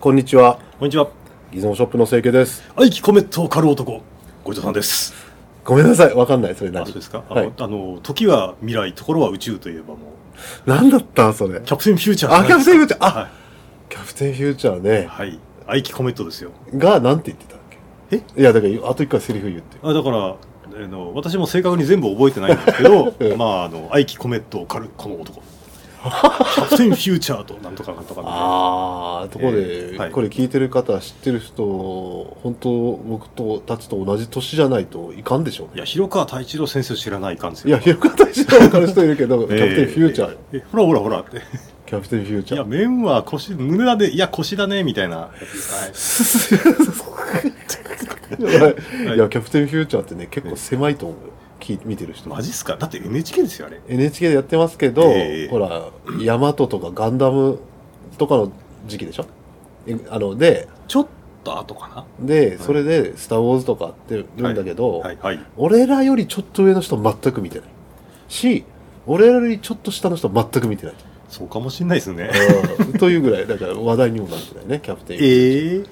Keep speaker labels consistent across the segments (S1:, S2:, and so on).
S1: こんにちは。
S2: こんにちは。
S1: ギゾンショップの清家です。
S2: 愛きコメットを狩る男、ごちそうさんです。
S1: ごめんなさい。わかんない。それ何
S2: あ、そうですか。あの、
S1: はい。
S2: あの時は未来、ところは宇宙といえばもう、
S1: 何だったそれ。
S2: キャプテンフューチャー
S1: あ、キャプテンフュ
S2: ュー
S1: ーチャー。あ、キャプテンフューチャーね。
S2: はい。はい。愛きコメットですよ。
S1: が、なんて言ってたっけいや、だから、あと一回セリフ言って。
S2: あだから、あの私も正確に全部覚えてないんですけど
S1: う、ん
S2: まあ、あの、愛きコメットを狩るこの男。キャプテンフューチャーと、なんとかなんとか、
S1: あー、ところで、
S2: えーはい
S1: これ聞いてる方、知ってる人、本当、僕とたちと同じ年じゃないといかんでしょう
S2: い
S1: ね。
S2: や、広川太一郎先生を知らない感じ
S1: いや、広方知らわかる人いる けど、キャプテンフューチャーよ。
S2: ええほらほらほらって。
S1: キャプテンフューチ
S2: い
S1: ャ
S2: や、
S1: ー。
S2: 麺は腰、胸だね、いや、腰だね、みたいなやつです。は
S1: い
S2: い
S1: や、キャプテンフューチャーってね、結構狭いと思うよ。聞い見てる人。
S2: マジっすかだって NHK ですよ、あれ。
S1: NHK でやってますけど、
S2: ええ
S1: ほら、ヤマトとかガンダムとかの時期でしょえあの、で、
S2: ちょっと後かな
S1: で、それで、スター・ウォーズとかってるんだけど、
S2: はい、はい。
S1: 俺らよりちょっと上の人全く見てない。し、俺らよりちょっと下の人全く見てない。
S2: そうかもしんないですね。
S1: うんというぐらい、だから話題にもなってないね、キャプテン。
S2: え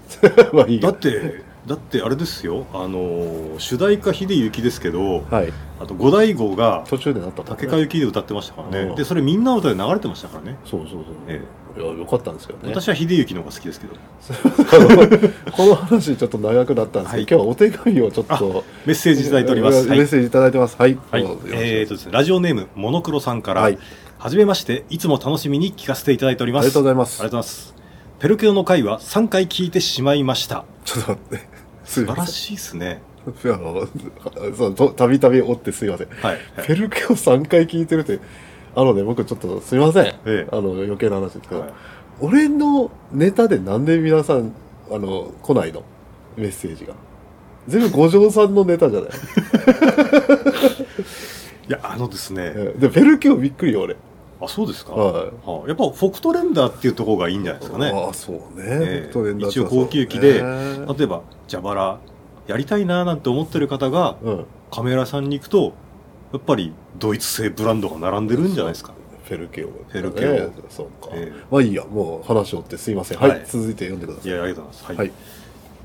S2: え
S1: まあいい
S2: だ
S1: よ
S2: って、だってあれですよ、あのー、主題歌秀幸ですけど、
S1: はい。
S2: あと五大号が
S1: 途中でなったもんね
S2: 竹川幸で歌ってましたから
S1: うん
S2: ね。で、それみんなの歌で流れてましたからね。
S1: そうそうそう。
S2: え
S1: いや、よかったんですけどね。
S2: 私は秀幸の方が好きですけど、
S1: この話ちょっと長くなったんですけど、
S2: は
S1: 今
S2: い
S1: 日はお手紙をちょっと。
S2: メッセージいただいております。は
S1: メッ
S2: い。
S1: セージいただいてます。はい。
S2: はい
S1: どうぞよろしくお願いします
S2: えーとですね、ラジオネーム、モノクロさんから、
S1: は
S2: はいじめまして、いつも楽しみに聞かせていただいており
S1: あ
S2: ます。
S1: りがとうござ
S2: あ
S1: います。
S2: りがとうございます。ペルケロの回は3回聞いてしまいました。
S1: ちょっと待って。す
S2: 素
S1: い
S2: 晴
S1: ま
S2: ら
S1: せん。
S2: しいですね。
S1: あの、そうとたびたび追ってすいません。
S2: はい。
S1: フェルケを3回聞いてるって、あのね、僕ちょっとすいません。
S2: ええ
S1: あの、余計な話ですけど、
S2: はい
S1: 俺のネタでなんで皆さん、あの、来ないのメッセージが。全部五条さんのネタじゃ ない。
S2: いや、あのですね、
S1: うんで、フェルケをびっくりよ、俺。
S2: あ、そうですか、
S1: はい
S2: はあやっぱフォクトレンダーっていうところがいいんじゃないですかね。
S1: ああ、そうね。
S2: ええ
S1: 僕と連絡
S2: 一応
S1: はそうね
S2: 高級機で
S1: うん。
S2: 例えば、蛇腹、やりたいなーなんて思ってる方が、カメラ屋さんに行くと、やっぱりドイツ製ブランドが並んでるんじゃないですか。
S1: フェルケを、
S2: フェルケを
S1: ねそうか、
S2: ええ
S1: まあいいや、もう話を追ってすいません。はい、
S2: はい
S1: 続いて読んでくださ
S2: い
S1: い。
S2: や、ありがとうございます。はい。
S1: はい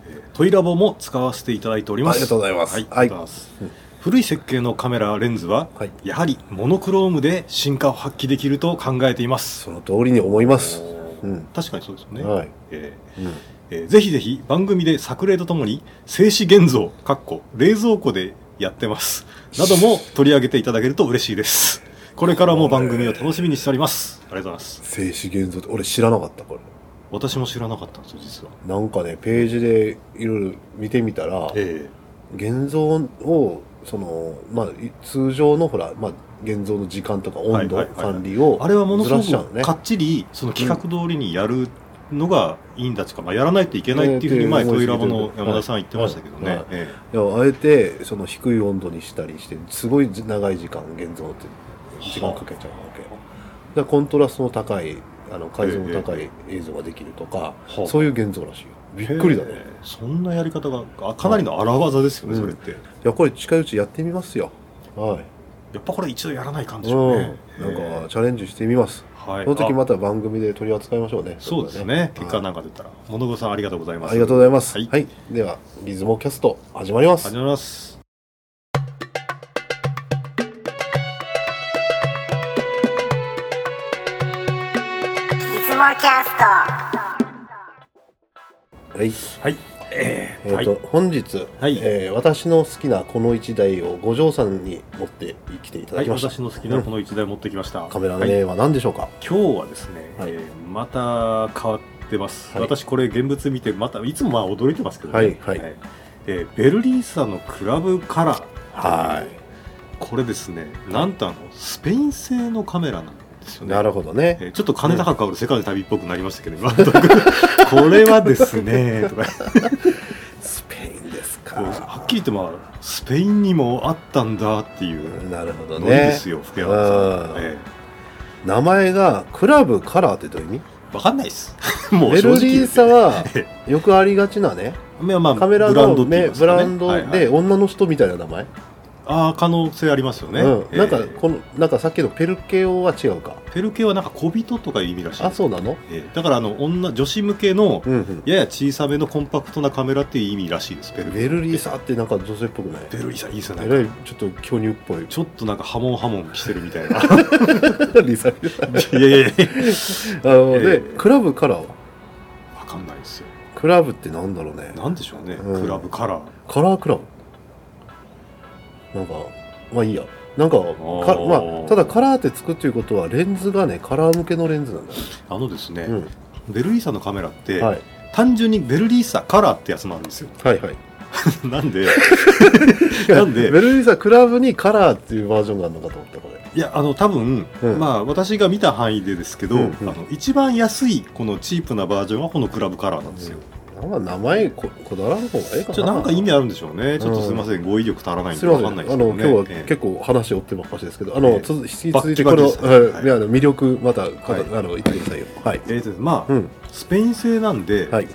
S2: えートイラボも使わせていただいておりま
S1: あ
S2: す。
S1: りがとうございます
S2: はい、
S1: はい
S2: ありがとうございます。古い設計のカメラレンズは、
S1: はい
S2: やはりモノクロームで進化を発揮できると考えています。
S1: その通りに思います。
S2: おー
S1: うん
S2: 確かにそうですよね。
S1: はい。
S2: えー
S1: うん
S2: えーぜひぜひ番組で作例とともに静止現像、かっこ冷蔵庫でやってます。なども取り上げていただけると嬉しいです。これからも番組を楽しみにしております。ありがとうございます。
S1: 静止現像って俺知らなかったこれ
S2: 私も知らなかったんですよ、実は。
S1: なんかねページでいろいろ見てみたら
S2: え
S1: 現像をそのまあい通常のほら、まあ、現像の時間とか温度
S2: はいはいはいはい
S1: 管理を
S2: あれはものす
S1: ずらしちゃ
S2: ご
S1: うね
S2: くかっちり、その企画通りにやるのがいいんだしか、まあ、やらないといけないっていうふうに前、
S1: ええ
S2: トイラボの山田さん言ってましたけど
S1: はいは
S2: ね
S1: い。
S2: え
S1: いやあえてその低い温度にしたりしてすごい長い時間現像って時間かけちゃうわけ、だからコントラストの高いあの解像度の高い映像ができるとか、
S2: はあ
S1: そういう現像らしいよび
S2: え
S1: っくりだね、
S2: ええそんなやり方が、あかなりの荒技ですよね、
S1: うん
S2: それって。
S1: いやこれ近いうちやってみますよはい
S2: やっぱこれ一度やらないかんでしょうね。
S1: うん、なん
S2: ええ
S1: かチャレンジしてみます。
S2: はい、
S1: その時
S2: あ
S1: また番組で取り扱いましょうね。
S2: そうですね、結果
S1: はい
S2: なんか出たら、物子さん、ありがとうございます。
S1: ありがとうございます。は、
S2: はいい
S1: ではリズモキャスト始まりま
S2: あり
S1: す
S2: が。とうございます。
S1: は
S3: いつもキャスト
S1: い、
S2: はい、え
S1: えっ、
S2: ー
S1: と、
S2: はい、
S1: 本日、
S2: はい
S1: えー私の好きなこの一台を五条さんに持ってきていた
S2: は
S1: だ
S2: い
S1: きました。
S2: 私の好きなこの一台持ってきました。
S1: カメラの
S2: はい
S1: 例は何でしょうか。
S2: 今日はですね、
S1: はい
S2: えーまた変わってます。
S1: はい
S2: 私これ現物見て、またいつもまあ驚いてますけどね。
S1: はいはい
S2: えーベルリーサのクラブカラー。
S1: はい
S2: これですね、なんとあのスペイン製のカメラなんですよね。
S1: なるほどね。
S2: えーちょっと金高くある世界の旅っぽくなりましたけど、今のところこれはですね、とか。
S1: スペインです
S2: こう
S1: か。
S2: はっきり言ってまあスペインにもあったんだっていう
S1: なるほど
S2: ので
S1: ね。
S2: すよ、福山さ
S1: うん
S2: ん、え
S1: 名前がクラブカラーってどういう意味？
S2: え、分かんないです もう
S1: ベ
S2: 正
S1: ル
S2: 直
S1: リーサはよくありがちなね。
S2: まあまあ
S1: カメラ
S2: ブランド
S1: の
S2: って言い
S1: ね
S2: ます
S1: ブ
S2: かね
S1: ランド
S2: はいはい
S1: で女の人みたいな名前
S2: ああ可能性ありますよね、
S1: うん、なんか
S2: えー
S1: このなんかさっきのペルケオは違うか
S2: ペル系はなんか小人とかいう意味らしい
S1: あ
S2: です、
S1: そうなの
S2: えーだからあの女女子向けの
S1: うんうん
S2: やや小さめのコンパクトなカメラっていう意味らしいですペル
S1: ベルリーサってなんか女性っぽくない
S2: ベルリーさんいいですよ
S1: え
S2: ね
S1: らいちょっと巨乳っぽい
S2: ちょっとなんかハモンハモンしてるみたいな
S1: リサリサ
S2: いやいやいや
S1: あので、
S2: ええ
S1: クラブカラーは
S2: わかんないですよ
S1: クラブってなんだろうね
S2: なんでしょうね、
S1: うん
S2: クラブカラー
S1: カラークラブなんかまあいいやなんかか
S2: ー
S1: まあ、ただカラーってつくっていうことはレンズがねカラー向けのレンズなんだよ、
S2: あのですね、
S1: うん
S2: ベルリーサのカメラって、
S1: はい、
S2: 単純にベルリーサカラーってやつもあるんですよ
S1: はいはい
S2: なんで
S1: な
S2: なんん
S1: で
S2: で
S1: ベルリーサクラブにカラーっていうバージョンがあるのかと思ったこれ
S2: いやあの多分、
S1: うん
S2: まあ私が見た範囲でですけど、
S1: うんうん
S2: あの一番安いこのチープなバージョンはこのクラブカラーなんですよ、
S1: なんか名前ここだわらん方がいいかな
S2: じゃあなんか意味あるんでしょうねちょっとすいません、語彙力足らないん
S1: す
S2: で
S1: みま
S2: わ
S1: せ
S2: か
S1: ん、
S2: んな
S1: あ
S2: いですけ
S1: の
S2: ど
S1: 今
S2: ね
S1: 日は
S2: ええ
S1: 結構話を追ってばっかしですけど、あの、
S2: ええ
S1: つ引き続いてこ
S2: バ
S1: の、
S2: ッキバキですね
S1: はい、いや
S2: はい
S1: あの魅力また、
S2: はい
S1: あの言ってくださいよ。はい。
S2: えーとまあ、
S1: うん、
S2: スペイン製なんで、
S1: はい、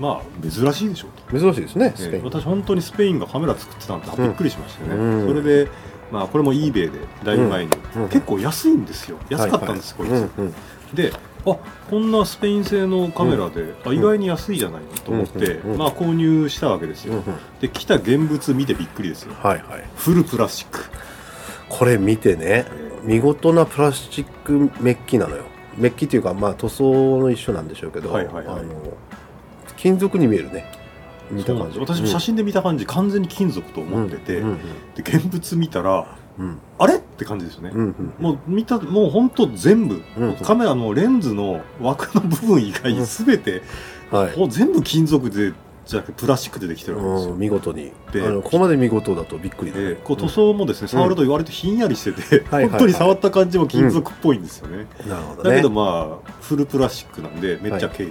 S2: まあ珍しいでしょうと、
S1: 珍しいですね。
S2: え
S1: スペイ
S2: ー
S1: ン。
S2: 私本当にスペインがカメラ作ってたんだびっくりしましたね、
S1: うん
S2: それでまあこれも eBay でだいぶ前に、
S1: うんうん
S2: 結構安いんですよ安かったんです、
S1: はい
S2: こいつ、
S1: うんうん
S2: であこんなスペイン製のカメラで、あ
S1: ん
S2: 意外に安いじゃないのと思って、
S1: うんうんうん
S2: まあ、購入したわけです
S1: うん
S2: よ、
S1: うん
S2: で来た現物見てびっくりですよ
S1: はいはい。
S2: フルプラスチック
S1: これ見てね、
S2: え
S1: 見事なプラスチックメッキなのよ。メッキっていうかまあ塗装の一緒なんでしょうけど、
S2: はいはいはい
S1: あの金属に見えるね。見た
S2: そうなん
S1: 感じ。
S2: です私も写真で見た感じ、完全に金属と思ってて、
S1: うん
S2: で現物見たら
S1: うん
S2: あれって感じですよね、
S1: うんうん
S2: もう見たもう本当全部、
S1: うん
S2: カメラのレンズの枠の部分以外
S1: うん
S2: 全て、
S1: うん。はい。
S2: ほ全部金属でじゃなくてプラスチックでできてるわけですよ、
S1: うん、見事にあ
S2: で
S1: のここまで見事だとびっくりだね
S2: でこう塗装もですね、触ると割とひんやりしてて、
S1: はいはい
S2: 本当に触った感じも金属っぽいんですよね、
S1: なるほど
S2: だけ
S1: ね
S2: どまあフルプラスチックなんでめっちゃ軽量っ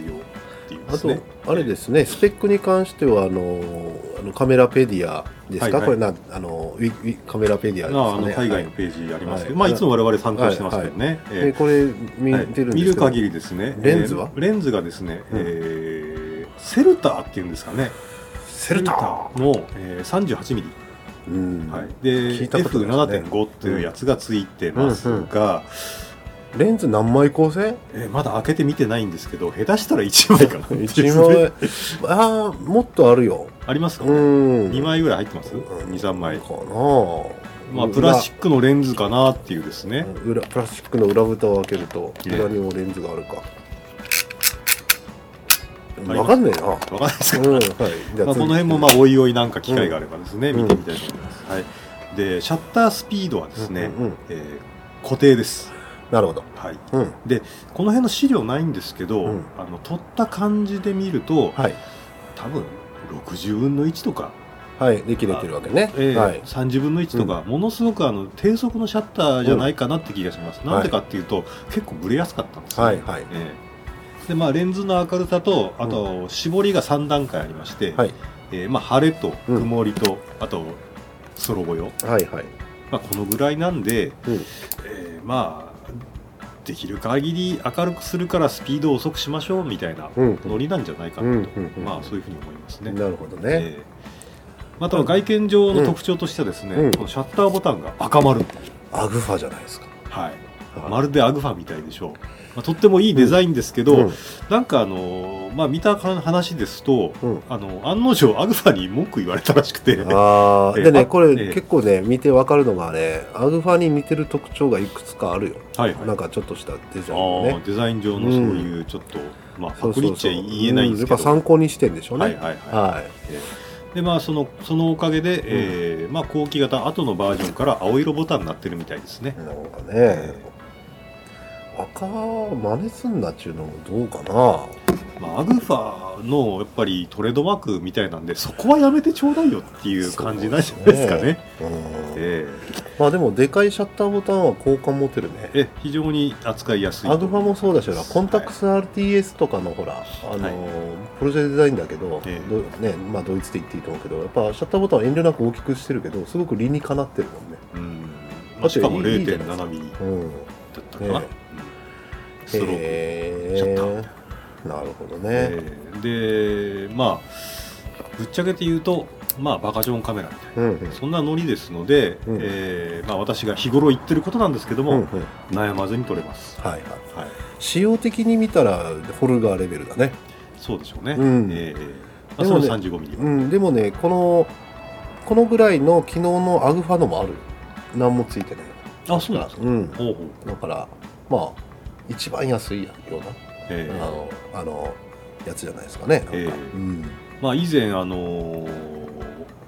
S2: ていうで
S1: あ
S2: す
S1: と、
S2: ね、
S1: あれですねスペックに関してはあのあのカメラペディアですか、
S2: はい
S1: こ
S2: はい
S1: れなあのウィウィカメラペディアです
S2: まああ
S1: か
S2: の
S1: ね
S2: 海外の
S1: は
S2: ページあります
S1: は
S2: けど、
S1: い
S2: い、まあいつも我々参考してますけどね、
S1: いで
S2: え
S1: これ見
S2: え
S1: てるん
S2: はい
S1: です
S2: 見る
S1: けど、
S2: 限りですね
S1: レンズは
S2: えーレンズがですね、
S1: うん
S2: えーセルターっていうんですかね
S1: セルター、
S2: セルの、えー、38ミリ、
S1: うん
S2: はい、
S1: 聞
S2: で、
S1: いたことないですね
S2: F7.5 っていうやつがついてますが、
S1: レンズ何枚構成
S2: えーまだ開けて見てないんですけど下手したら1枚かなっていう
S1: 一枚ああもっとあるよ
S2: ありますか、
S1: うん
S2: 2枚ぐらい入ってます
S1: うん
S2: 23枚
S1: かな
S2: まあ、プラスチックのレンズかなっていうですね、
S1: 裏プラスチックの裏蓋を開けると
S2: ええ
S1: 裏にもレンズがあるか、
S2: ます
S1: わかんねえな
S2: わかんないですけ
S1: うん
S2: ど、
S1: はい、じゃあ
S2: まあ、この辺もまあおいおいなんか機会があればですね、
S1: うん
S2: 見てみたいと思います、はい、でシャッタースピードはですね、
S1: うんうんうん
S2: えー固定です、
S1: なるほど、
S2: はい、
S1: うん、
S2: この辺の資料ないんですけど、
S1: うん
S2: あの撮った感じで見ると
S1: はい、
S2: 多分60分の1とか、
S1: はい、できれてるわけね、
S2: えー
S1: はい、
S2: 30分の1とか、ものすごくあの低速のシャッターじゃないかなって気がします、なんでかっていうと結構ブレやすかったんですね、
S1: はいはい
S2: ええでまあ、レンズの明るさとあと絞りが3段階ありまして、
S1: はい
S2: えーまあ、晴れと曇りと、あと空模様、
S1: はいはい
S2: まあ、このぐらいなんで、
S1: うん
S2: えーまあできる限り明るくするからスピードを遅くしましょうみたいな
S1: うん
S2: ノリなんじゃないか
S1: う
S2: なと、
S1: んうんうん
S2: まあ、そういうふうに思いますね。
S1: なるほどね、
S2: ええまたは外見上の特徴としてはですね、
S1: うん
S2: このシャッターボタンが赤丸っていう、
S1: アグファじゃないですか、
S2: はい、
S1: はい
S2: まるでアグファみたいでしょう、まあ、とってもいいデザインですけど、
S1: うん
S2: なんかあのーまあ見た話ですと、
S1: うん
S2: あの案の定アグファに文句言われたらしくて
S1: あー
S2: ええ
S1: でね
S2: あ
S1: これ
S2: ええ
S1: 結構ね見てわかるのがねアグファに似てる特徴がいくつかあるよ、
S2: はいはい
S1: なんかちょっとしたデザイ
S2: あ
S1: ンの
S2: ー
S1: ね
S2: デザイン上のそういうちょっと、まあ
S1: そうそ
S2: パク
S1: うそう
S2: リっちゃ言えないんですけ
S1: うや
S2: ど、
S1: っぱ参考にしてんでしょうね
S2: はいはいはい、
S1: はい
S2: でまあそのそのおかげで、えーまあ後期型後のバージョンから青色ボタンになってるみたいですね、
S1: なんかね、
S2: え
S1: 赤真似すんなっちゅうのもどうかな
S2: まあ、アグファのやっぱりトレードマークみたいなんでそこはやめてちょうだいよっていう感じなんじゃないですかね
S1: うん
S2: え
S1: まあでもでかいシャッターボタンは交換持てるね
S2: ええ非常に扱いやすい
S1: アグファもそうだしほら
S2: はい
S1: コンタクス RTS とかのほら、あのープロジェクトデザインだけど、
S2: ええ
S1: どねまあ、ドイツで言っていいと思うけどやっぱシャッターボタンは遠慮なく大きくしてるけどすごく理にかなってるもんね
S2: うんまあ、しかも0 7ミリだ
S1: うん
S2: ったか
S1: ね
S2: な、うんストローク、
S1: へ
S2: シャッタ
S1: え
S2: ー
S1: なるほどね、
S2: えーでまあぶっちゃけて言うとまあ、バカジョンカメラみたい
S1: うんうん
S2: なそんなノリですので、
S1: うん
S2: えーまあ、私が日頃言ってることなんですけど
S1: うんうん
S2: も、
S1: はい
S2: 悩まずに撮れます、
S1: はい
S2: はい、
S1: 仕様的に見たらホルガーレベルだね
S2: そうでしょうね、
S1: うん
S2: えーまあ、
S1: で
S2: そ
S1: も
S2: の
S1: ね
S2: 35ミリは、
S1: うんでもねこのこのぐらいの昨日のアグファのもある何もついてない
S2: あそうなんですか、
S1: うん
S2: ほうほう、
S1: だからまあ一番安いよう
S2: え
S1: な、
S2: ー
S1: あのあのやつじゃないですかねなんか、
S2: ええ
S1: うん
S2: まあ、以前、あのー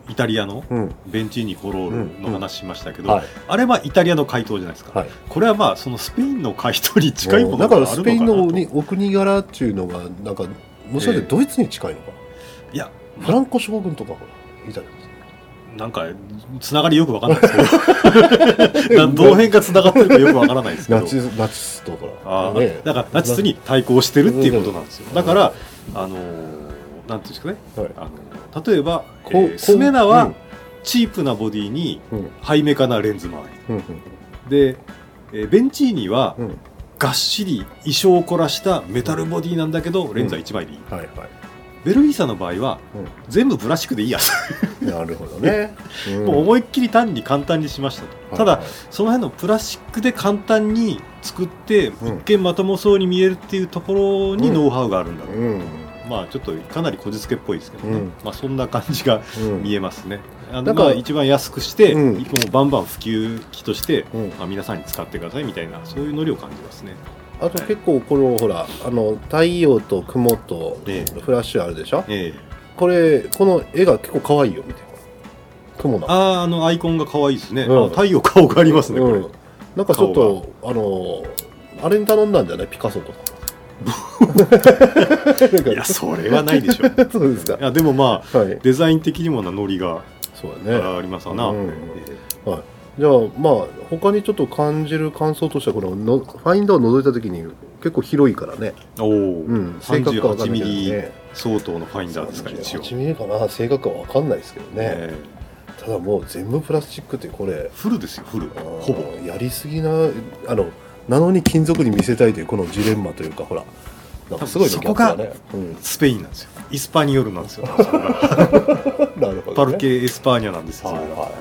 S2: イタリアの
S1: うん
S2: ベンチーニ・コロールの話しましたけど、
S1: はい
S2: あれはイタリアの回答じゃないですか、
S1: はい
S2: これはまあそのスペインの回答に近いものが
S1: だ
S2: ある
S1: から
S2: の
S1: ス
S2: かなと
S1: ペインのおにお国柄っていうのがなんかもしかしてドイツに近いのかな、
S2: いや
S1: フランコ将軍とかほらいたじゃないですか
S2: なんかつながりよくわかんないですけど などの辺がつながってるかよくわから ないですけど
S1: ナチスナチスとほら
S2: あーだからナチスに対抗してるっていうことなんですよだからあのーなんていうんですかね、
S1: はい
S2: あのー例えば、
S1: こ
S2: え
S1: うこ
S2: ー
S1: う
S2: スメナ
S1: う
S2: は
S1: ん
S2: チープなボディに
S1: うん
S2: ハイメカなレンズ周
S1: うん
S2: りで、えーベンチーニは
S1: うんうん
S2: がっしり衣装を凝らしたメタルボディなんだけどレンズは1枚でいい、
S1: はいはい
S2: ベルギーさんの場合は
S1: う
S2: 全部ブラシックでいいや
S1: んなるほどね
S2: もう思いっきり単に簡単にしましたと、
S1: うん
S2: た
S1: はい
S2: だ
S1: はい
S2: その辺のプラスチックで簡単に作って、
S1: うん
S2: 一見まともそうに見えるっていうところに
S1: うん
S2: ノウハウがあるんだろう、
S1: うん
S2: まあちょっとかなりこじつけっぽいですけどね、
S1: うん
S2: まあ、そんな感じが
S1: うん
S2: 見えますね、あ
S1: だ
S2: の
S1: から
S2: まあ一番安くして、
S1: うん
S2: もうバンバン普及機として、
S1: うん
S2: まあ、皆さんに使ってくださいみたいなそういうノリを感じますね
S1: あと結構これほらあの太陽と雲と
S2: え
S1: フラッシュあるでしょ
S2: ええ
S1: これこの絵が結構可愛いよみたいな雲の
S2: あああのアイコンが可愛いですね、
S1: うん
S2: あの太陽顔がありますね、これ
S1: うんなんかちょっとあのあれに頼んだんじゃないピカソ とかなんか
S2: いやそれはないでし ょう
S1: そうですか
S2: いやでもまあ
S1: はい
S2: デザイン的にもなノリが
S1: そうだね
S2: ありますわな、
S1: うん
S2: ええ
S1: じゃあまあ他にちょっと感じる感想としてはこののファインダーを覗いた時に結構広いからね、
S2: おお、
S1: うん、性格が分か
S2: 38
S1: んない
S2: ミ
S1: けど
S2: リ
S1: ね
S2: 相当のファインダーですから一応、
S1: 8ミリかな正確は分かんないですけどね、
S2: え
S1: ただもう全部プラスチックってこれ
S2: ーフルですよフル
S1: あー
S2: ほぼ
S1: やりすぎなあのなのに金属に見せたいというこのジレンマというかほらなんかすごいね
S2: 多分そこが
S1: ギャップね、
S2: スペインなんですよイスパニオルなんです
S1: う
S2: よ
S1: ん、 なるほ
S2: パ
S1: ど、ね、
S2: ルケ・エスパーニャなんですよ
S1: はい
S2: そ
S1: は
S2: れ
S1: い
S2: は
S1: はい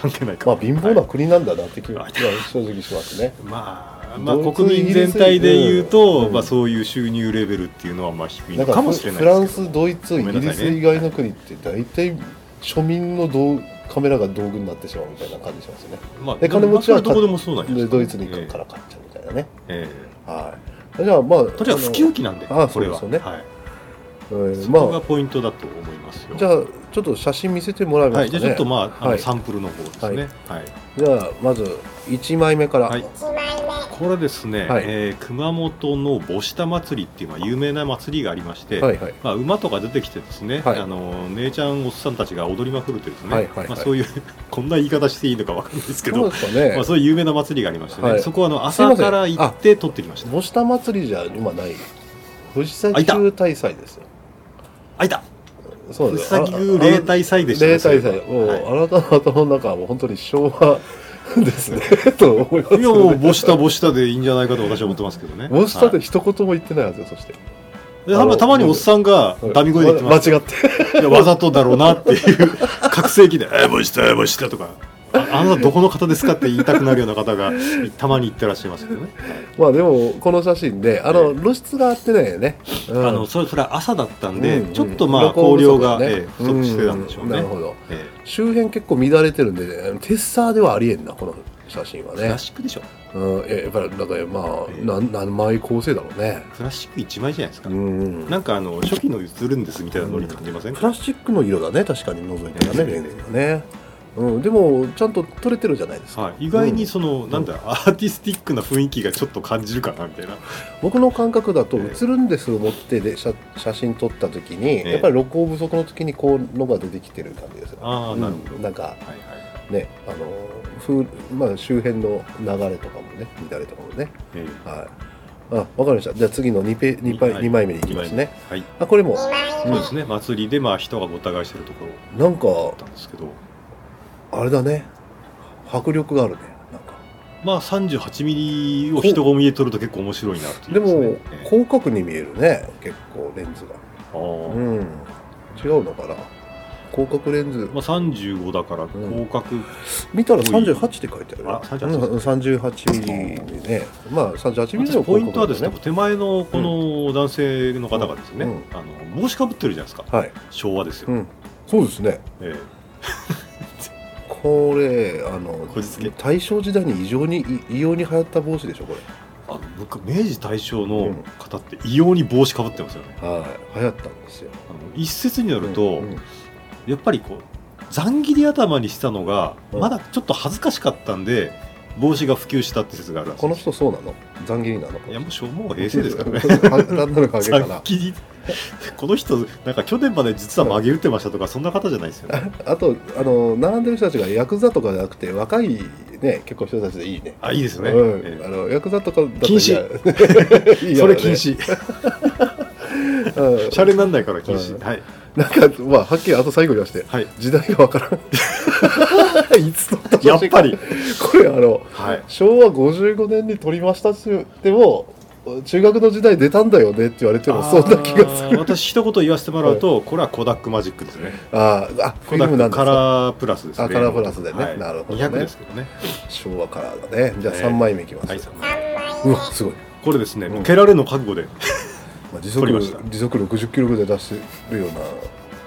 S2: 関係ないか
S1: まあ貧乏な
S2: はい
S1: 国なんだなって気は、
S2: はい
S1: いや正直しますね
S2: まあまあ
S1: ドイツ
S2: 国民全体で言う
S1: イギリ
S2: と、
S1: スうん
S2: まあ、そういう収入レベルっていうのはまあ低い
S1: だか
S2: の
S1: ら
S2: かもしれない
S1: フ
S2: で
S1: ラン
S2: すけど
S1: スドイツイ
S2: ごめん
S1: ギ
S2: な
S1: リ
S2: さい
S1: ス
S2: ね
S1: 以外の国って大体庶民の道カメラが道具になってしまうみたいな感じしますよね
S2: まあ、
S1: で金持ちは
S2: どこでもそうなんです
S1: で
S2: か
S1: ドイツに行くから買っちゃうみたいなね、
S2: え
S1: はいじゃあまあ
S2: えとにかく普及機なんで
S1: あの
S2: これは
S1: そうですよ
S2: はい、
S1: あの、えー
S2: そこが
S1: ま
S2: ポイントだと思いますよ
S1: あじゃあちょっと写真見せてもらえま
S2: は
S1: す
S2: い、じ
S1: かね
S2: ゃあちょっとまああの、
S1: はい
S2: サンプルの方ですねはい
S1: じゃあまず1枚目から、
S2: はい
S3: 1枚目
S2: これですね、
S1: はい
S2: えー熊本の母下祭りっていう、まあ、有名な祭りがありまして、
S1: はいはい
S2: まあ、馬とか出てきてですね、
S1: はい
S2: あの姉ちゃんおっさんたちが踊りまくるというですね、
S1: はいはいはい
S2: まあ、そう いうこんな言い方していいのかわかんないですけ
S1: どう
S2: ど
S1: ですかね、
S2: まあ、そういう有名な祭りがありましてね、
S1: はい
S2: そこはあの
S1: すいませ
S2: 朝
S1: ん
S2: から行って撮ってきました
S1: 母下祭りじゃ今ない藤
S2: あ
S1: 崎
S2: いた
S1: 宮大祭ですよ
S2: あいた
S1: そう
S2: 藤
S1: です
S2: 崎宮例大祭でしたね
S1: 例大
S2: そ
S1: 祭
S2: れは
S1: もう、
S2: はい
S1: あなたの頭の中はもう本当に昭和ですねと思います
S2: いやもう母下母下でいいんじゃないかと私は思ってますけどね
S1: モンスター
S2: は
S1: で
S2: い
S1: 一言も言ってないはずよ、そして。
S2: でたまたまにおっさんがダミ声で言ってます
S1: 間違って。
S2: いやわざとだろうなっていう覚醒器で「えもしたえもした」とかあ「あなたどこの方ですか?」って言いたくなるような方がたまに言ってらっしゃいますけどね、
S1: まあでも、この写真で、あの、露出が合ってないよね。うん
S2: あのそれそれは朝だったんで、
S1: うん
S2: ちょっとまあ
S1: 露光
S2: 光量
S1: 不足
S2: が、
S1: だね
S2: ええ不足してたんでしょうね、
S1: んなるほど。
S2: え
S1: 周辺結構乱れてるんで、ね、あのテッサーではありえんな、この写真は
S2: えク
S1: ね
S2: ラ。シックでしょ
S1: うん、えやっぱり、だから、ま
S2: え
S1: あ、
S2: え
S1: なん何枚構成だろうね。
S2: クラシック1枚じゃないですか、
S1: うん。
S2: なんかあの初期の映るんですみたいなノリ感じません
S1: プラスチックの色だね、確かに覗いたらね、
S2: ええ
S1: レンズがね。うん、でも、ちゃんと撮れてるじゃないですか。
S2: はい、意外にその、なんだアーティスティックな雰囲気がちょっと感じるかなみたいな
S1: 僕の感覚だと
S2: ええ
S1: 映るんですを持ってで写写真撮った時に、
S2: ええ
S1: やっぱり露光不足の時にこうのが出てきてる感じですよ
S2: ああなるほど、
S1: うんなんか
S2: はいはい、
S1: ねあの風、まあ、周辺の流れとかもね乱れとかもね
S2: え
S1: はいあわかりましたじゃあ次の 2, ペ
S2: え
S1: 2, 枚二枚目に行きますね
S2: 二枚目はい
S1: あこれも
S3: 2枚
S2: そう
S3: 目
S2: ですね祭りでまあ人がごった返してるところ
S1: なんか
S2: だったんですけど
S1: あれだね迫力があるねなんか
S2: まあ38ミリを人混みで撮ると結構面白いなってい
S1: で
S2: うすね
S1: も
S2: え
S1: 広角に見えるね結構レンズが
S2: えああ
S1: うん違うのかな広角レンズ
S2: まあ、35だから
S1: ん
S2: 広角、
S1: 見たら38って書いてあるよ
S2: あ38
S1: うん38ミリでねまあ38ミリ
S2: 私
S1: の
S2: ポイントはですね
S1: 広
S2: 手前のこの男性の方がですね、
S1: うん
S2: あの帽子かぶってるじゃないですか
S1: 角だねはい
S2: 昭和ですよ、
S1: うんそうですね
S2: ええ
S1: これあの
S2: こじつけ
S1: 大正時代に異常にい異様に流行った帽子でしょこれ
S2: あの僕明治大正の方って異様に帽子かぶってますよね
S1: はい流行ったんですよ
S2: あの一説によると、
S1: うんうん
S2: やっぱりこうざん切り頭にしたのが
S1: うん
S2: まだちょっと恥ずかしかったんで帽子が普及したって説があるらしい
S1: この
S2: です
S1: 人そうなの残切りなの
S2: いやもうしょうもう平成ですからね
S1: 単 なる影
S2: ざ
S1: か
S2: ん
S1: な
S2: 切りこの人なんか去年まで実は曲げ打ってましたとかそんな方じゃないですよね
S1: あとあの並んでる人たちがヤクザとかじゃなくて若いね結構人たちでいいね
S2: あいいですよね、え
S1: うん、
S2: え
S1: あのヤクザとかだと
S2: 禁止
S1: 止
S2: それ禁、止、
S1: うん
S2: シャレになんないから禁止、
S1: うん
S2: はい
S1: なんかまあはっきりあと最後にまして
S2: はい
S1: 時代がわからん いつの年か
S2: やっぱり
S1: これあの
S2: はい
S1: 昭和55年に撮りましたって言っても中学の時代出たんだよねって言われてもそんな気がする
S2: あー私一言言わせてもらうと、これはコダックマジックですね
S1: あーあフ
S2: コ
S1: ィ
S2: ダ
S1: ルムな
S2: ッ
S1: ん
S2: ク
S1: です
S2: カ
S1: ね
S2: ラープラスですね
S1: あカラープラスでね
S2: はい
S1: なるほどね
S2: 200ですけどね
S1: 昭和カラーだねじゃあ
S2: ね
S1: 3枚目いきます、
S2: はいさん
S1: うわすごい、
S2: これですね、
S1: うん
S2: 蹴られの覚悟で、
S1: まあ、時
S2: 撮
S1: 速
S2: りました
S1: 時速60キロぐらいで出してるような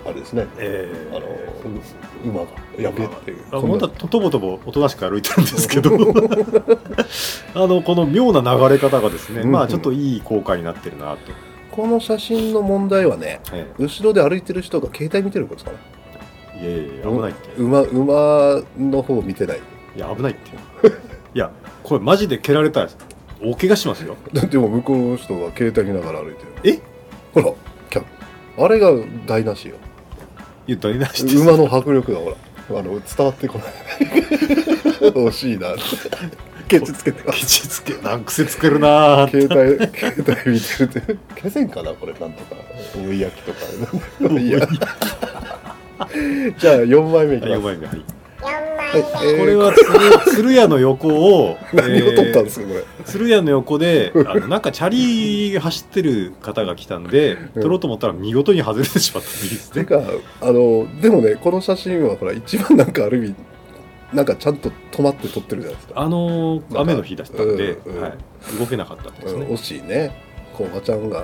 S1: あれですね
S2: え
S1: あ
S2: ー
S1: のう馬がやべえっていう
S2: あ
S1: そん
S2: 本
S1: な
S2: 当はととぼとぼおとなしく歩いてるんですけど あのこの妙な流れ方がですね、
S1: うん
S2: まあちょっといい効果になってるなと、
S1: この写真の問題はね
S2: え
S1: 後ろで歩いてる人が携帯見てることかな
S2: えいやいやいや危ないって
S1: 馬馬の方見てない
S2: いや危ないっていやこれマジで蹴られたら大怪我しますよ
S1: でも向こうの人が携帯見ながら歩いてる
S2: え
S1: ほらキャあれが台無しよ
S2: 言ったりなして
S1: 馬の迫力がほらあの伝わってこない 惜しいなケチつけて
S2: ケチつけなん癖つけるな
S1: 携帯携帯見てるって消せんかなこれなんとか追い焼きとかいや じゃあ4枚目いきま
S2: や
S1: す
S2: ばいね、は
S1: は
S2: い
S1: いえー
S2: これは鶴鶴屋の横を
S1: 何を撮ったんです
S2: か
S1: かこれ、
S2: 鶴屋の横であのなんかチャリ走ってる方が来たんで
S1: うん
S2: 撮ろうと思ったら見事に外れてしまったんです
S1: て
S2: ね
S1: かあのでもねこの写真はほら一番なんかある意味なんかちゃんと止まって撮ってるじゃないですか、
S2: あ
S1: な
S2: の
S1: んか
S2: ー雨の日だったんで、
S1: うんうん
S2: はい、動けなかったんです
S1: うん
S2: ね、
S1: 惜しいねこうおばちゃんが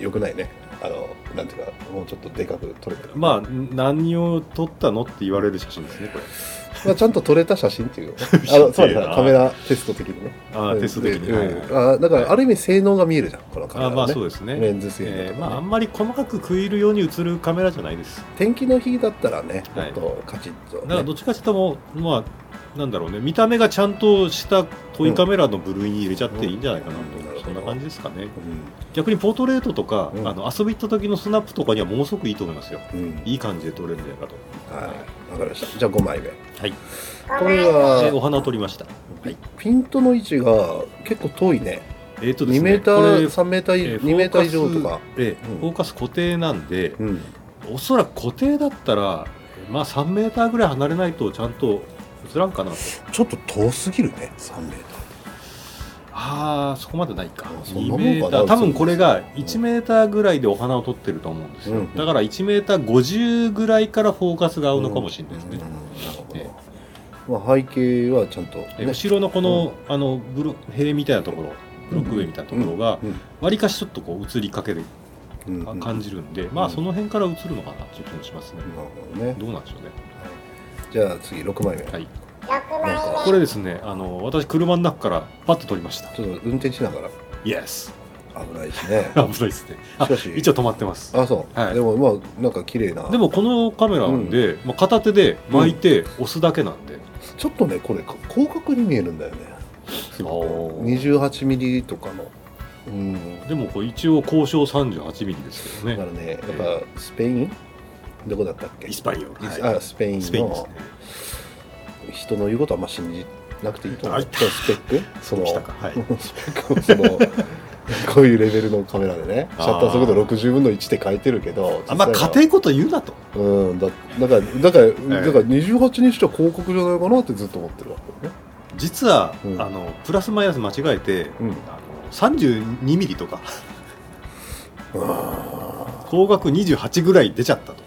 S1: よくないねあのなんていうかもうちょっとでかく撮れてる、
S2: まあ何を撮ったのって言われる写真ですねこれ
S1: まあ、ちゃんと撮れた 写真っていうあのつまりほらカメラテスト的にね
S2: あーテスト的に、
S1: うん
S2: はいはい
S1: あーだからある意味性能が見えるじゃんこのカメラ、
S2: あー
S1: ね、
S2: まあそうですね
S1: レンズ性能とかね、
S2: えーまああんまり細かく食い入るように映るカメラじゃないです
S1: 天気の日だったらねも
S2: は
S1: っ
S2: い
S1: とカチッと、ね
S2: だからどっちかっていうともうまあなんだろうね見た目がちゃんとしたトイカメラの部類に入れちゃっていいんじゃないかなと、
S1: うん
S2: そんな感じですかね
S1: う
S2: 逆にポートレートとか、
S1: うん
S2: あの遊び行った時のスナップとかにはものすごくいいと思いますよ
S1: ん、うん、はい
S2: いい感じで撮れるんじゃないかと
S1: わかりましたじゃあ5枚目
S2: はい
S1: これ
S2: でお
S1: は
S2: 花を撮りました
S1: ピントの位置が結構遠いね
S2: えー、とです
S1: 2
S2: ね
S1: メータ
S2: こ
S1: ー
S2: れ
S1: 3メータ
S2: え
S1: ー
S2: ー
S1: 2メーター以
S2: フ
S1: 上
S2: ォーカス
S1: とか、
S2: ええ
S1: うん
S2: フォーカス固定なんで、
S1: うん、
S2: おそらく固定だったらまあ3メーターぐらい離れないとちゃんと映らんかなと
S1: ちょっと遠すぎるね3メー
S2: ああそこまでないか
S1: あそんなもん
S2: 2
S1: か
S2: メータ
S1: な
S2: ー多分これが
S1: うん
S2: 1メーターぐらいでお花を取ってると思うんですよ、
S1: うん
S2: だから1メーター50ぐらいからフォーカスが合うのかもしれないです
S1: う
S2: ね、
S1: んうんなるほど
S2: え
S1: まあ、背景はちゃんと、
S2: え
S1: ね、
S2: 後ろのこの,、あのブロ塀みたいなところブロック塀みたいなところが
S1: うん
S2: わりかしちょっとこう映りかける
S1: うん
S2: か
S1: うん
S2: 感じるんで、ま
S1: う
S2: あ
S1: ん
S2: その辺から映るのかなっていう気もしますね、
S1: なるほどね
S2: どうなんでしょうね、
S1: じゃあ次6枚目、
S2: はい、
S1: なんか
S2: これですねあの私車の中からパッと撮りました
S1: ちょっと運転しながら
S2: イエス
S1: 危ないしね
S2: 危ないですね
S1: し
S2: あ
S1: かし
S2: 一応止まってます
S1: あそう、
S2: はい
S1: でもまあなんか綺麗な
S2: でもこのカメラなんで、まあ、片手で巻いて押すだけなんで、
S1: ちょっとねこれか広角に見えるんだよね
S2: おー
S1: 28ミリとかのうん
S2: でもこう一応交渉38ミリですけ
S1: だ
S2: ど
S1: か
S2: ね
S1: らねやっぱスペインどこだったっけ
S2: イスパニオル、はい
S1: あスペイン
S2: スペインです
S1: の
S2: ね
S1: 人の言うことはあんま信じなくていいと思う
S2: あ
S1: ス
S2: い
S1: ペ
S2: た
S1: ックその
S2: 来たかはい
S1: スペックをその こういうレベルのカメラでねシャ
S2: あー
S1: ッター速度60分の1って書いてるけど
S2: あんま
S1: 実際は
S2: 硬いこと言うなと
S1: うんだだからだから、だから28にしては広告じゃないかなってずっと思ってるわけよね
S2: 実は、
S1: うん
S2: あのプラスマイナス間違えて、
S1: うん
S2: あの32ミリとか高額28ぐらい出ちゃったと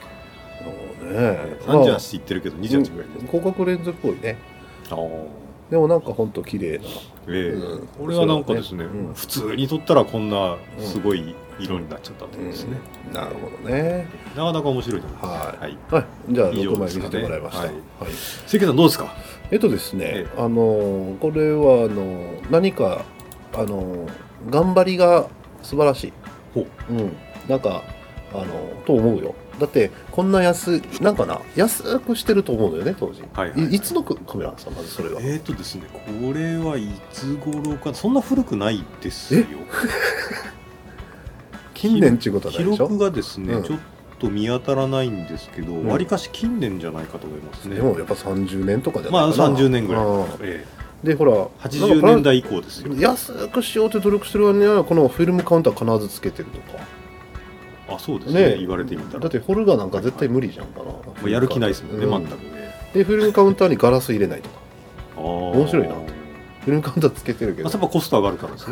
S1: そうねね
S2: 38って言ってるけど28ぐらいです、
S1: 広角レンズっぽいね
S2: あー
S1: でもなんかほんと綺麗な
S2: ええ
S1: うん
S2: 俺はなんかですね
S1: そうだねうん
S2: 普通に撮ったらこんなすごい色になっちゃったんですね、
S1: うんなるほどね
S2: なかなか面白いと思います
S1: はい
S2: はい
S1: はいじゃあ
S2: 以上
S1: 6枚
S2: です
S1: 見
S2: かね
S1: せてもらいました、
S2: はい
S1: はい
S2: 関さんどうですか
S1: えっとですね、
S2: ええ
S1: あのこれはあの何かあの頑張りが素晴らしい
S2: ほ
S1: う
S2: う
S1: んなんかあのと思うよだってこんな安いなんかな安くしてると思うんだよね当時、
S2: はいはいはい
S1: いつのカメラなんですかまずそれは
S2: えっ、ー、とですねこれはいつ頃かそんな古くないですよ
S1: 近年っちゅうことはな
S2: 記
S1: いでしょ
S2: 録がですね、
S1: うん
S2: ちょっと見当たらないんですけど
S1: ん
S2: わり、かし近年じゃないかと思いますね
S1: でもやっぱ30年とかじゃ
S2: ま
S1: ない
S2: あ
S1: かな
S2: 30年ぐらい、
S1: うん
S2: え
S1: でほら
S2: え80年代以降ですよ
S1: 安くしようって努力してる割にはこのフィルムカウンター必ずつけてるとか
S2: あそうですね
S1: ね
S2: 言われてみたら
S1: だってホルガーなんか絶対無理じゃんかな、
S2: もうやる気ないですもんね、
S1: う
S2: 全くね
S1: でフィルムカウンターにガラス入れないとか
S2: あ
S1: 面
S2: 面
S1: 白いな
S2: ま
S1: フィルムカウンターつけてるけ
S2: あ、や
S1: ど
S2: っぱコスト上がるからです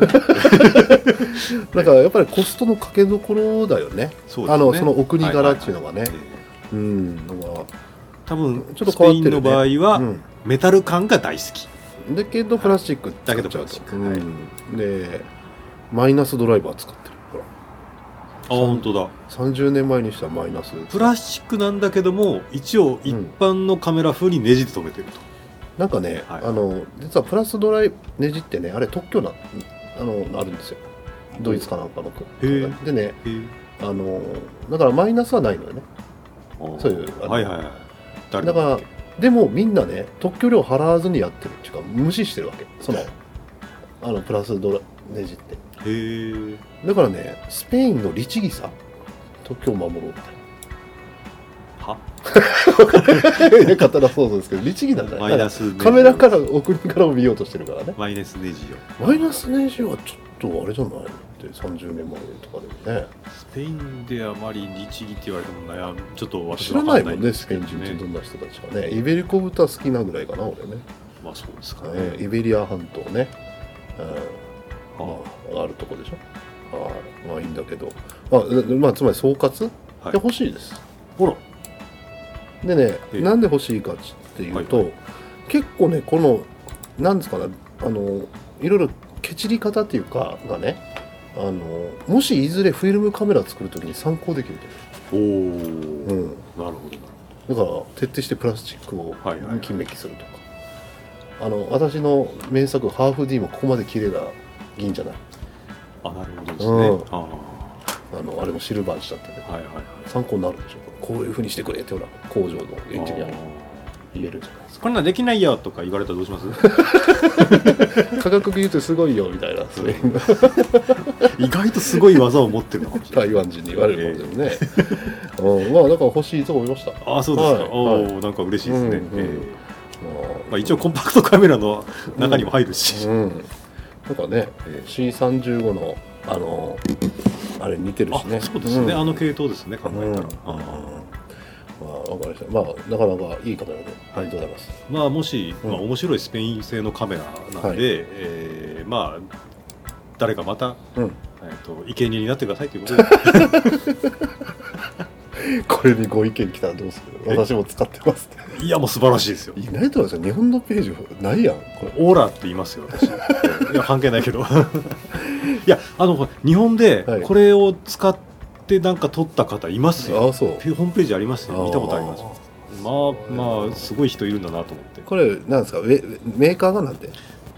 S2: ね
S1: なんかやっぱりコストのかけどころだよね
S2: そうですね
S1: あのそのお国柄っていうのがね
S2: はははえ
S1: う
S2: え
S1: んだから
S2: 多分
S1: ちょっと
S2: スペ
S1: 変わ
S2: イ
S1: っ
S2: ン
S1: て
S2: の
S1: るね
S2: 場合は、
S1: うん
S2: メタル感が大好き
S1: だけどプラスチック
S2: だけどプラスチック
S1: うん
S2: は
S1: でマイナスドライバー使ってるほら
S2: あ本当だ
S1: 30年前にしたらマイナス
S2: プラスチックなんだけども一応一般のカメラ風にねじで止めてると、
S1: なんかね、
S2: はい
S1: あの実はプラスドライネジってねあれ特許なあのあるんですよドイツかなんかの
S2: へ
S1: でね
S2: へえ
S1: あのだからマイナスはないのよね
S2: あー
S1: そういうあの
S2: はいはいはい誰
S1: だからでもみんなね特許料払わずにやってるっていうか無視してるわけそのあのプラスドラネジって
S2: へえ
S1: だからねスペインの律儀さ特許を守ろうみたい
S2: は
S1: な言い方だそうですけど律儀なんじゃな
S2: マ
S1: い
S2: イナスネジ
S1: カメラから奥からも見ようとしてるからね
S2: マイナスネジを
S1: マイナス年収はちょっとあれじゃないのって30年前とかでもね
S2: スペインであまり律儀って言われても悩むちょっと私
S1: 知
S2: は
S1: ら
S2: わか
S1: ないも
S2: んない
S1: ん
S2: ん
S1: ね
S2: で
S1: ス
S2: す
S1: ペ
S2: け
S1: イン
S2: ど
S1: 人ってど
S2: ね
S1: んな人たちかねイベリコ豚好きなぐらいかな俺ね
S2: まあそうですかね、
S1: ねイベリア半島ね、うん
S2: は
S1: まあ、あるとこでしょはいまあいいんだけどあなまあつまり総括、
S2: あはい
S1: で欲しいです
S2: ほら
S1: でね、
S2: ええ
S1: なんで欲しいかっていうと、結構ねこのなんですかねあのいろいろケチり方っていうかがねあのもしいずれフィルムカメラ作るときに参考できる
S2: お
S1: と、
S2: お、
S1: うん、
S2: なるほど
S1: だから徹底してプラスチックを
S2: はいはい
S1: 金メキするとか、あの私の名作「ハーフ D」もここまで綺麗な銀じゃない
S2: あなるほどですね、
S1: うん
S2: あ
S1: あのあれもシルバーにしちゃってね
S2: あはいはいはい
S1: 参考になるでしょこういうふうにしてくれってほら工場のエンジニアに
S2: あ
S1: 言えるじゃないです
S2: ーこんなんできないよとか言われたらどうします
S1: か科学技術すごいよみたいなそういう
S2: 意外とすごい技を持ってるのかもしれない
S1: 台湾人に言われるもんでも ね、うん、まあだから欲しいと思いました、ま
S2: ああそうですか、
S1: はい
S2: おお、なんか嬉しいですね、
S1: うんうん
S2: ええ
S1: あ
S2: まあ、一応コンパクトカメラの中にも入るし、
S1: うんなんかね
S2: え
S1: C35 のあのあれ似てる
S2: あ
S1: しね
S2: そうですね、
S1: ん
S2: あの系統ですね考えたら、
S1: うん
S2: ああ
S1: まあ、わかりました。まあ、なかなかいい方なので、ありがとうございます。
S2: まあもし、
S1: うん
S2: まあ、面白いスペイン製のカメラなんで、
S1: はい
S2: ええまあ誰かまた、
S1: うん。
S2: えー、と生贄になってくださいとい うことで
S1: これにご意見来たらどうす
S2: え
S1: る私も使ってますっ
S2: いやもう素晴らしいですよ
S1: て。いないと思いますよ。日本のページないやん、これ。
S2: オーラって言いますよ、 私。いや、関係ないけど。い や、あの、日本で
S1: はい
S2: これを使ってなんか撮った方いますよ。
S1: ああ、そう。
S2: ホームページありますよ。見たことあります。まあ
S1: う
S2: ま
S1: ん
S2: あ、すごい人いるんだなと思って。
S1: これ、なんですかウェメーカーがなんて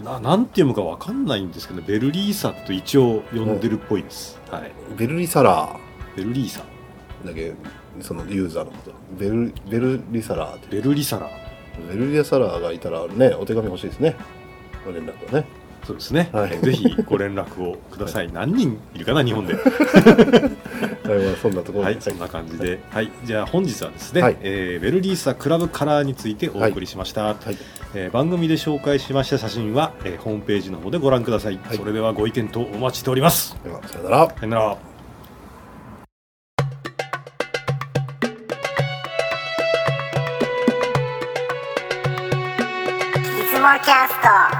S2: ななんて読むかわかんないんですけど、ベルリーサと一応呼んでるっぽいです。はい。
S1: ベルリサラ
S2: ベルリーサ。
S1: ーだけ、そのユーザーのこと。ベル、ベルリサラーって。
S2: ベルリサラ。
S1: ベルリサラーがいたらね、お手紙欲しいですね。ご連絡 をね。
S2: そうですね。
S1: はい
S2: ぜひご連絡をください。何人いるかな、日本で。
S1: はい、まあ、そんなところ
S2: は
S1: で。
S2: い、そんな感じで、はい、じゃあ本日はですね、
S1: はい
S2: えーベルリーサクラブカラーについてお送りしました、
S1: はい。
S2: えー番組で紹介しました写真は、えーホームページの方でご覧ください、
S1: はい
S2: それではご意見とお待ちしております
S1: では、さよなら。
S2: さよなら
S3: いつもキャスト